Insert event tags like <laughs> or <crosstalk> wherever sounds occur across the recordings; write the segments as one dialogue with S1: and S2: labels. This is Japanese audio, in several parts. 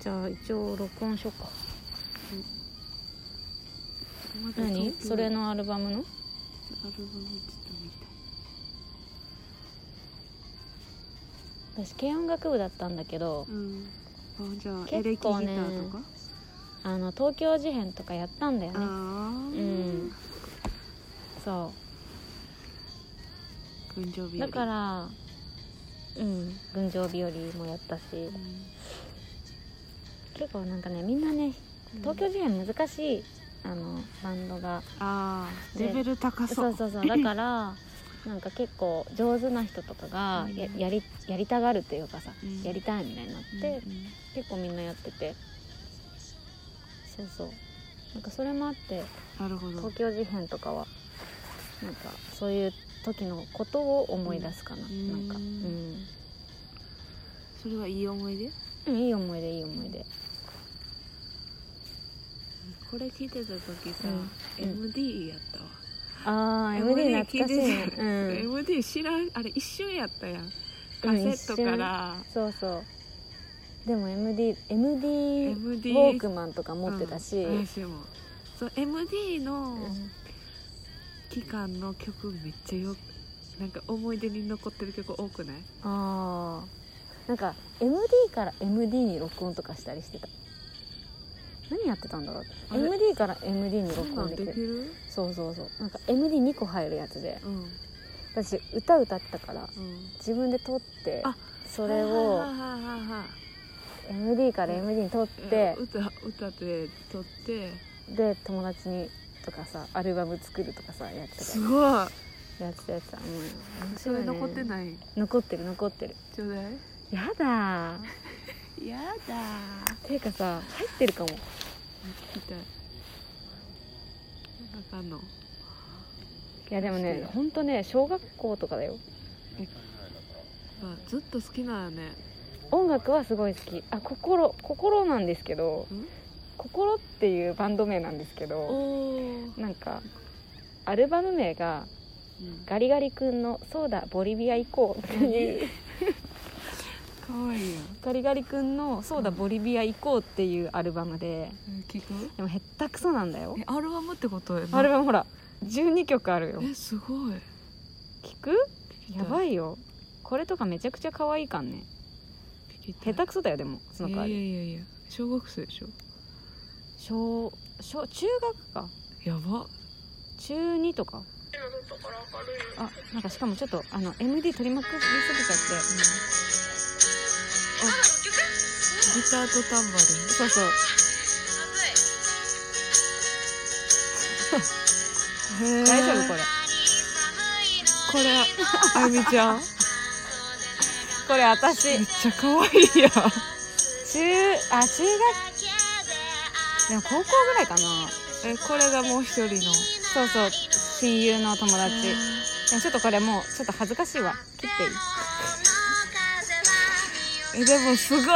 S1: じゃあ一応録音しようか
S2: まだ東京
S1: 何それのアルバムの
S2: アルバムちょっと見たい
S1: 私軽音楽部だったんだけど
S2: うんあじゃあエレキギ
S1: 結
S2: タ
S1: 構ね
S2: ーとか、
S1: あの東京事変とかやったんだよね
S2: ああ
S1: うんそ
S2: 群青日
S1: う
S2: 和
S1: だからうん群青日和もやったし
S2: うん
S1: 結構なんかねみんなね東京事変難しいあのバンドが
S2: ああ
S1: で
S2: レベル高そう
S1: そうそうそうだからなんか結構上手な人とかがや
S2: うん
S1: やりやりたがるっていうかさ、
S2: うん
S1: やりたいみたいになっ
S2: うん
S1: て、結構みんなやっててそうそうなんかそれもあって
S2: なるほど
S1: 東京事変とかはなんかそういう時のことを思い出すかな、
S2: うん
S1: なんか
S2: う
S1: うんん、
S2: それはいい思い出
S1: うん、いい思い出いい思い出
S2: これ聞いてた時さ、
S1: うん
S2: MD やったわ
S1: ああ MD 懐かしいねうん
S2: MD 知らんあれ一瞬やったやんカセットから、
S1: そうそうでも MD, MD ウ
S2: MD
S1: ォークマンとか持ってたし、
S2: うん私もそう MD
S1: う
S2: の
S1: ん
S2: 期間の曲めっちゃよなんか思い出に残ってる曲多くない
S1: ああなんか MD から MD に録音とかしたりしてた何やってたんだろう
S2: あれ
S1: MD から MD に
S2: そん
S1: 録
S2: な
S1: 音
S2: ん
S1: で
S2: で
S1: き
S2: き
S1: る
S2: る
S1: そうそうそうなんか MD2 個入るやつで
S2: うん
S1: 私歌歌ったから
S2: うん
S1: 自分で撮って
S2: あ
S1: それ
S2: は
S1: を
S2: あはあはあはあ
S1: MD から MD に撮って
S2: うん歌歌って撮って
S1: で友達にとかさアルバム作るとかさやって
S2: すごい
S1: たやってたやつだうん面
S2: それ残
S1: 残
S2: っ
S1: っててる
S2: ない
S1: 残ってる残ってる
S2: ちょうだい
S1: やだー
S2: やだ
S1: ていうかさ入ってるかも
S2: 聞きたいあかんの
S1: いやでもねほんとね小学校とかだよ
S2: まあずっと好きなよね
S1: 音楽はすごい好きあ心心なんですけど
S2: ん
S1: 心っていうバンド名なんですけ
S2: お
S1: ど
S2: お、
S1: なんかアルバム名が「ガリガリ君のそうだボリビア行こう」っていう
S2: かわいいやん
S1: <laughs> ガリガリ君の「そうだボリビア行こう」っていうアルバムで
S2: え聞く
S1: でもへったくそなんだよ
S2: えアルバムってことやな
S1: アルバムほら12曲あるよ
S2: えすごい
S1: 聞く
S2: 聞きた
S1: やばいよこれとかめちゃくちゃ可愛いかんね
S2: 聞きた
S1: 下
S2: い
S1: 手くそだよでもその代わ
S2: いや
S1: り
S2: いやいやいや小学生でしょ
S1: 小小中学か
S2: やば
S1: 中2とかあなんかしかもちょっとあの MD 取りまくりすぎちゃって
S2: ギターとタンバリ
S1: そうそう
S2: ン
S1: 大丈夫これ
S2: これあゆみち
S1: <laughs>
S2: ゃん
S1: これ私
S2: めっちゃ可愛いやん
S1: 中あ中学でも高校ぐらいかな
S2: えこれがもう一人の
S1: そうそう親友の友達でもちょっとこれもうちょっと恥ずかしいわ切っていい
S2: えでもすごい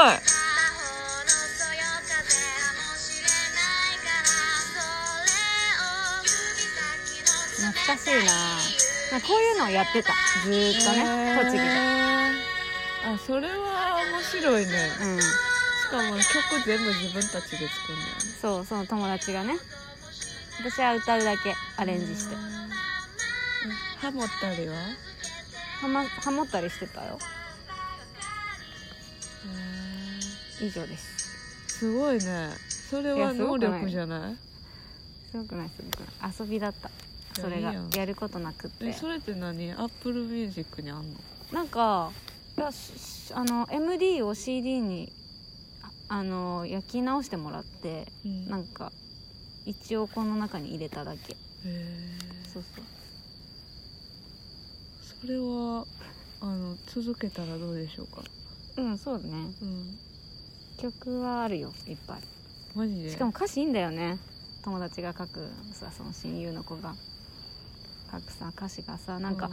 S1: 懐かしいななんかこういうのをやってたずーっとね栃木で
S2: であそれは面白いね
S1: うん
S2: しかも曲全部自分たちで作るんだよね
S1: そうその友達がね私は歌うだけアレンジして
S2: ハモったりは
S1: ハマハモったりしてたよ以上です
S2: すごいねそれ
S1: いや
S2: は
S1: すご
S2: 能
S1: くない
S2: 力じゃない
S1: すごくないすごくない遊びだったそれ
S2: い
S1: が
S2: やいいや
S1: やることなくって
S2: えそれって何アップルミュージックにあんの
S1: なんかいやししあの MD を CD にああの焼き直してもらって
S2: うん
S1: なんか一応この中に入れただけ
S2: へー
S1: そうそう
S2: それはあの続けたらどうでしょうか
S1: うんそうだね
S2: うん
S1: 曲はあるよいっぱ
S2: マジ
S1: い
S2: で
S1: しかも歌詞いいんだよね友達が書くさその親友の子が書くさ歌詞がさなんか、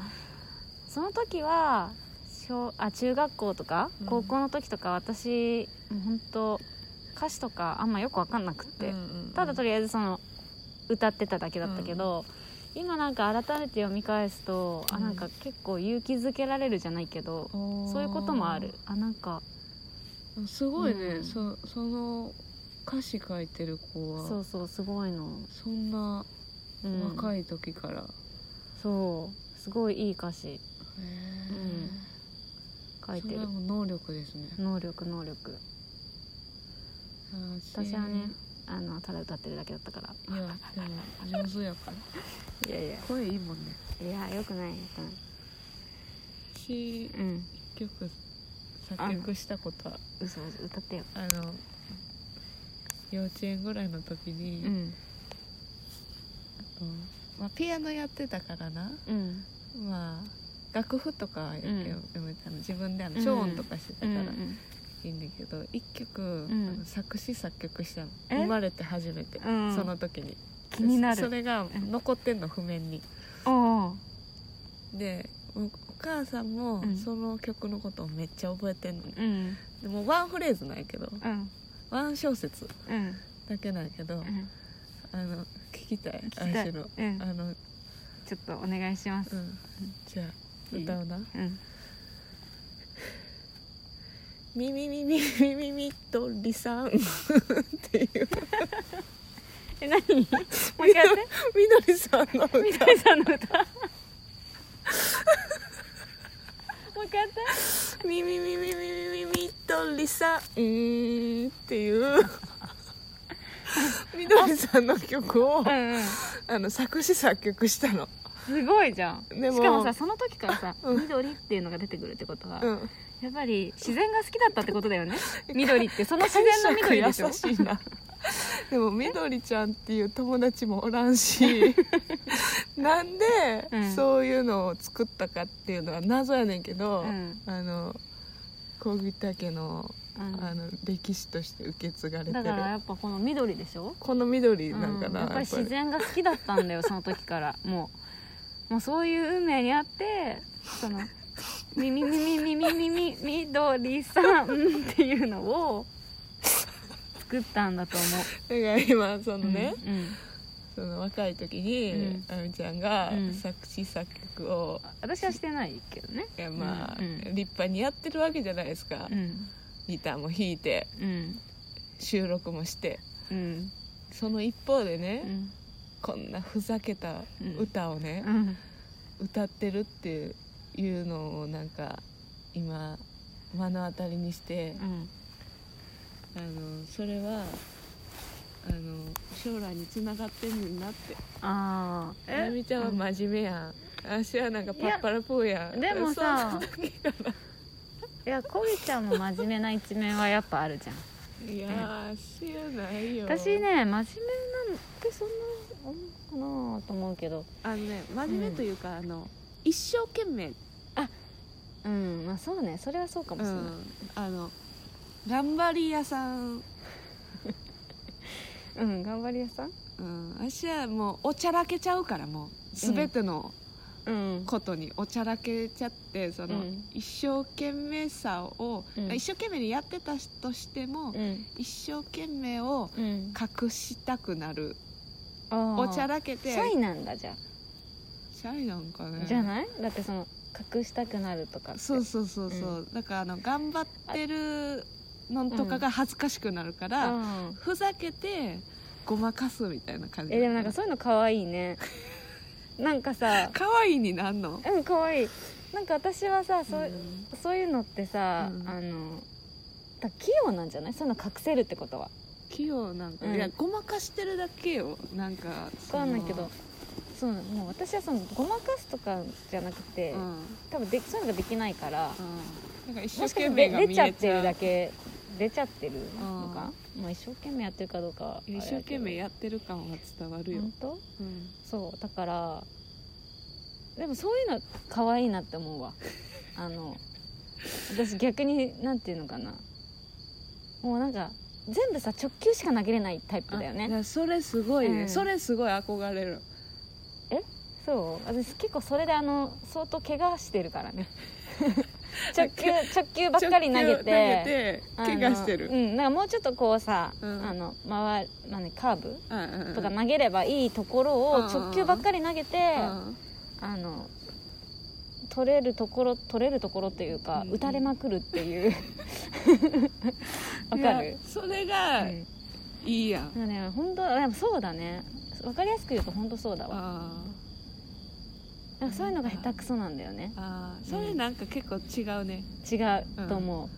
S1: その時は小あ中学校とか
S2: うん
S1: 高校の時とか私もう本当歌詞とかあんまよく分かんなくって、
S2: うんうんうん
S1: ただとりあえずその歌ってただけだったけど、今なんか改めて読み返すと、
S2: う
S1: あ
S2: ん
S1: なんか結構勇気づけられるじゃないけど、
S2: おー
S1: そういうこともあるあなんか
S2: すごいね、
S1: うん
S2: そその歌詞書いてる子は
S1: そうそうすごいの、
S2: そんな
S1: うん、
S2: 若
S1: い
S2: い時から、
S1: そうすごいいい歌詞
S2: へえ
S1: 書いて
S2: それ
S1: る
S2: はもう能力ですね
S1: 能力能力私はねあのただ歌ってるだけだったから
S2: いやでも上手やから
S1: いやいや
S2: 声いいもんね
S1: いやよくないよくない
S2: 私
S1: うん
S2: 一曲作曲したことは
S1: 嘘嘘歌ってよ
S2: あの幼稚園ぐらいの時
S1: う
S2: に、
S1: ん
S2: まあ、ピアノやってたからな
S1: うん
S2: まあ楽譜とかはや
S1: うん
S2: やめたの自分であ
S1: う
S2: の
S1: ん
S2: 超音とかしてた
S1: う
S2: か
S1: ん
S2: ら
S1: う
S2: いい
S1: ん
S2: んだけど一曲、
S1: ん
S2: あの作詞作曲したの
S1: え
S2: 生まれて初めて、
S1: うん
S2: その時に
S1: 気にな
S2: そそ
S1: る
S2: れが残ってんの譜面に
S1: おう
S2: でおお母さんも
S1: うん
S2: その曲のことをめっちゃ覚えてんの、
S1: うん
S2: でもワンフレーズなんやけど
S1: うん
S2: ワン小節
S1: うん
S2: だけなんやけど、
S1: うん
S2: あの聞きたい
S1: 聞きたい
S2: 私の、
S1: うん
S2: あの
S1: ちょっとお願いします
S2: うんじゃあ
S1: いい
S2: 歌うな
S1: うん
S2: みみみみみみみとりさんっていう
S1: え何もう一回やって
S2: みどりさんの歌
S1: みどりさんの歌もう一回やって
S2: みみみみみみみみとりさんっていうみどりさんの曲を
S1: うんうん
S2: あの作詞作曲したの
S1: すごいじゃん
S2: でも
S1: しかもさその時からさ「
S2: うん
S1: 緑」っていうのが出てくるってことは、
S2: うん
S1: やっぱり自然が好きだったってことだよね緑ってその自然の緑でしょ
S2: 解釈優しい <laughs> なでもみどりちゃんっていう友達もおらんし <laughs> なんで
S1: うん
S2: そういうのを作ったかっていうのは謎やねんけど、
S1: うん
S2: あの小木家の
S1: うん
S2: あの歴史として受け継がれてる
S1: だからやっぱこの緑でしょ、
S2: この緑
S1: うん
S2: なんかな、
S1: やっぱり自然が好きだったんだよその時からもうもうそういう運命にあってその「みみみみみみみみみどりさん」っていうのを作ったんだと思
S2: だから今そうのね、
S1: うん
S2: その若い時に、
S1: うん
S2: あみちゃんが
S1: うん
S2: 作詞作曲を、
S1: 私はしてないけどね
S2: いやまあ、
S1: うんうん
S2: 立派にやってるわけじゃないですか、
S1: うん
S2: ギターも弾いて
S1: うん
S2: 収録もして
S1: うん
S2: その一方でね
S1: う、ん
S2: こんなふざけた歌をね
S1: う、ん
S2: 歌ってるっていうのをなんか今目の当たりにして、あ
S1: うん
S2: のそれはあの将来につながってんねんなって
S1: ああ
S2: なみちゃんは真面目やん私はなんかパッパラポーやん
S1: いやでも
S2: そ
S1: さ
S2: の時から
S1: いやこぎちゃんも真面目な一面はやっぱあるじゃん
S2: いやー知らないよ
S1: 私ね真面目なんてそんな思うかなと思うけど
S2: あのね真面目というか、あの一生懸命、
S1: うんまあそうねそれはそうかもしれない、
S2: あの頑張り屋さん、
S1: うん、頑張り屋さん
S2: うん、私はもうおちゃらけちゃうからもう全ての
S1: うん
S2: ことにおちゃらけちゃってその、
S1: うん
S2: 一生懸命さを、
S1: うん
S2: 一生懸命にやってたとしても、
S1: うん
S2: 一生懸命を
S1: うん
S2: 隠したくなる
S1: あ
S2: おちゃ
S1: ら
S2: らけて
S1: シャイなんだじゃ
S2: シャイなんか
S1: あ、
S2: ね
S1: じゃないだってその隠したくなるとかって
S2: そうそうそうそう、だからあの頑張ってるのとかが恥ずかしくなるから、
S1: うん
S2: ふざけてごまかすみたいな感じ
S1: えでもなんかそういうの可愛い
S2: <laughs>
S1: ねなんかさ
S2: 可愛いになんの
S1: うん可愛いなんか私はさそう,、そういうのってさ、
S2: うん
S1: あのだ器用なんじゃないそういうの隠せるってことは
S2: 器用なんか、
S1: うん
S2: いやごまかしてるだけよなんかわ
S1: 分かんないけどそうなのもう私はそのごまかすとかじゃなくて、
S2: うんうん
S1: 多分でそういうのができないから、
S2: なんか一生
S1: もしかし
S2: 懸
S1: て
S2: 命
S1: で
S2: が
S1: 出
S2: 見え
S1: ちゃっ
S2: ち
S1: て
S2: ゃ
S1: る
S2: う
S1: だけ出ちゃってるのか、まあ、一生懸命やってるかどうかはあれ
S2: 一
S1: だけど
S2: 生懸命やってる感は伝わるよ、
S1: 本当
S2: うん
S1: そうだからでもそういうの可愛いなって思うわ <laughs> あの私逆になんていうのかなもうなんか全部さ直球しか投げれないタイプだよ
S2: あい
S1: ね
S2: やそれすごいね、
S1: うん
S2: それすごい憧れる
S1: そう私結構それであの相当怪我して
S2: <laughs>
S1: るからね直球直球ばっかり投
S2: 直
S1: げて
S2: 球投げて怪我して
S1: あ
S2: る
S1: のうん、なんかもうちょっとこうさ、
S2: うん
S1: あの回る、まあね、カーブ
S2: うんうん
S1: とか投げればいいところを
S2: うん
S1: 直球ばっかり投げて、
S2: うん
S1: あの捉取れるところ取れるところというか、
S2: うん
S1: 打たれまくるっていう <laughs> わか
S2: いや
S1: る、
S2: それ
S1: う
S2: がい
S1: ん、
S2: いやん、
S1: だからね本当でもそうだねわかりやすく言うと本当そうだわ
S2: あ
S1: なんかそういうのが下手くそなんだよね
S2: ーあーそれなんか結構違うね
S1: 違うと思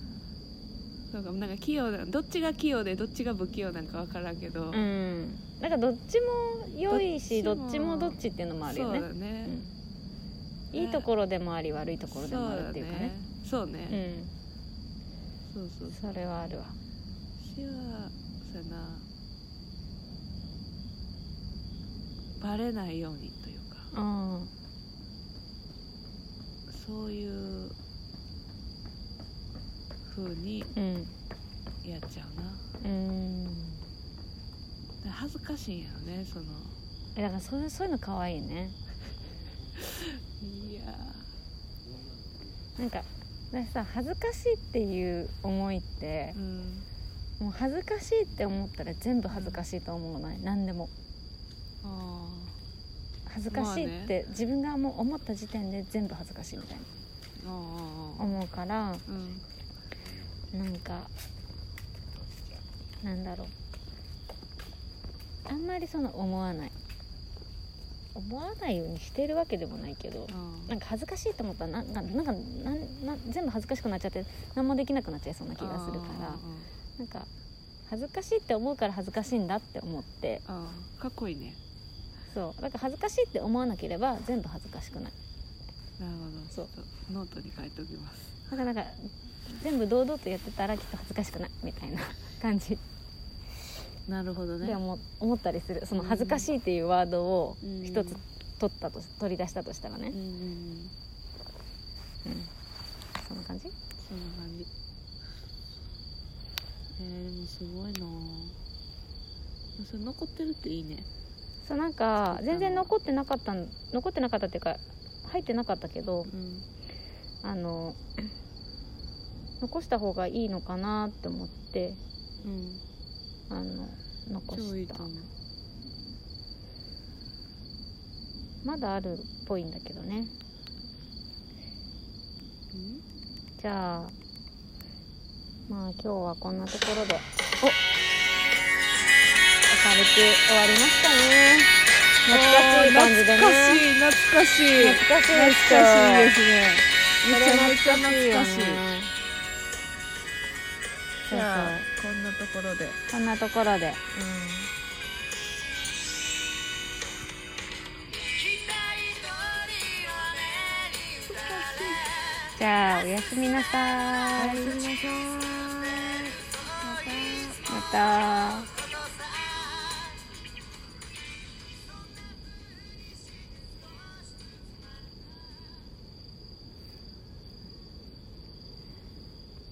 S2: なんかなんか器用などっちが器用でどっちが不器用なんか分からんけど、
S1: ううん、なんかどっちも良いしど
S2: ど
S1: っ
S2: っ
S1: ち
S2: ちも
S1: もどっちっていうのもあるよ
S2: そう
S1: ね
S2: だね、
S1: うんいいところでもあり悪いところでもあるっていうかね
S2: そうだね
S1: う
S2: そうね、そうそうん
S1: それはあるわ
S2: 私はそうやなバレないようにというか
S1: あ
S2: そういうふうに
S1: あうん
S2: やっちゃうな
S1: うん
S2: で恥ずかしいんやろねその
S1: えだからそういうそういうの可愛いね
S2: いや
S1: なんか私さ恥ずかしいっていう思いって
S2: ーうん
S1: もう恥ずかしいって思ったら全部恥ずかしいと思わない何でも
S2: あ
S1: 恥ずかしいって自分がもう思った時点で全部恥ずかしいみたい
S2: ー
S1: な
S2: あー
S1: 思うから
S2: うん
S1: なんかなんだろうあんまりその思わない思わないようにしてるわけでもないけど
S2: あ
S1: なんか恥ずかしいと思ったらなんかなんかなんなん全部恥ずかしくなっちゃって何もできなくなっちゃいそうな気がするからなんか恥ずかしいって思うから恥ずかしいんだって思って
S2: らかっこいいね
S1: そうだから恥ずかしいって思わなければ全部恥ずかしくない
S2: なるほど
S1: そう
S2: ちょっとノートに書いておきます
S1: だからなんか全部堂々とやってたらきっと恥ずかしくないみたいな
S2: <laughs>
S1: 感じ
S2: なるほど
S1: で思思ったりするその恥ずかしいっていうワードを
S2: うん
S1: 一つ取ったとし取り出したとしたらね
S2: うん、うん
S1: うんそんな感じ
S2: そんな感じえー、でもすごいなあそれ残ってるっていいね
S1: そうなんか
S2: そう
S1: 全然残ってなかったん残ってなかったっていうか入ってなかったけど
S2: うん
S1: あの <clears throat> 残した方がいいのかなって思って
S2: うん
S1: あの残
S2: 超い
S1: し
S2: い
S1: た
S2: と思う
S1: まだあるっぽいんだけどね
S2: うん
S1: じゃあまあ今日はこんなところでお明るく終わりましたね懐かしい感じでね
S2: 懐かしい懐かしい
S1: 懐かしい
S2: 懐か
S1: で
S2: しいです
S1: す
S2: ね
S1: これ
S2: めちゃめちゃ懐かしい
S1: よねそうそう
S2: こんなところで
S1: こんなところでじゃあおやすみなさ
S2: おや
S1: い
S2: すみなさいまた
S1: また。